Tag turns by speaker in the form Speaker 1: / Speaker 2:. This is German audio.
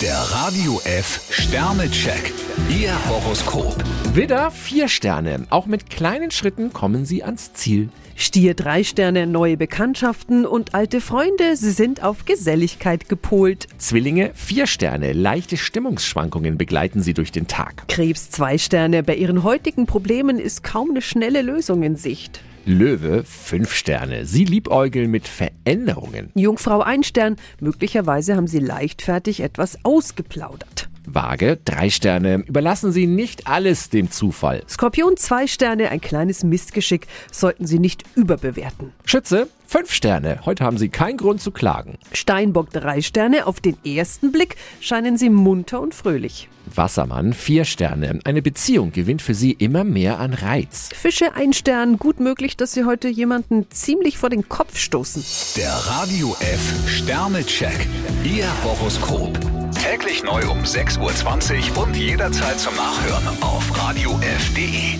Speaker 1: Der Radio F Sternecheck. Ihr Horoskop.
Speaker 2: Widder, vier Sterne. Auch mit kleinen Schritten kommen Sie ans Ziel.
Speaker 3: Stier drei Sterne, neue Bekanntschaften und alte Freunde, sie sind auf Geselligkeit gepolt.
Speaker 2: Zwillinge, vier Sterne. Leichte Stimmungsschwankungen begleiten Sie durch den Tag.
Speaker 3: Krebs zwei Sterne, bei ihren heutigen Problemen ist kaum eine schnelle Lösung in Sicht.
Speaker 2: Löwe, fünf Sterne. Sie liebäugeln mit Veränderungen.
Speaker 3: Jungfrau ein Stern, möglicherweise haben sie leichtfertig etwas ausgeplaudert.
Speaker 2: Waage, drei Sterne. Überlassen Sie nicht alles dem Zufall.
Speaker 3: Skorpion zwei Sterne, ein kleines Missgeschick sollten sie nicht überbewerten.
Speaker 2: Schütze, fünf Sterne. Heute haben Sie keinen Grund zu klagen.
Speaker 3: Steinbock drei Sterne, auf den ersten Blick scheinen sie munter und fröhlich.
Speaker 2: Wassermann, vier Sterne. Eine Beziehung gewinnt für Sie immer mehr an Reiz.
Speaker 3: Fische ein Stern, gut möglich, dass sie heute jemanden ziemlich vor den Kopf stoßen.
Speaker 1: Der Radio F Sternecheck. Ihr Horoskop. Täglich neu um 6.20 Uhr und jederzeit zum Nachhören auf Radio radiof.de.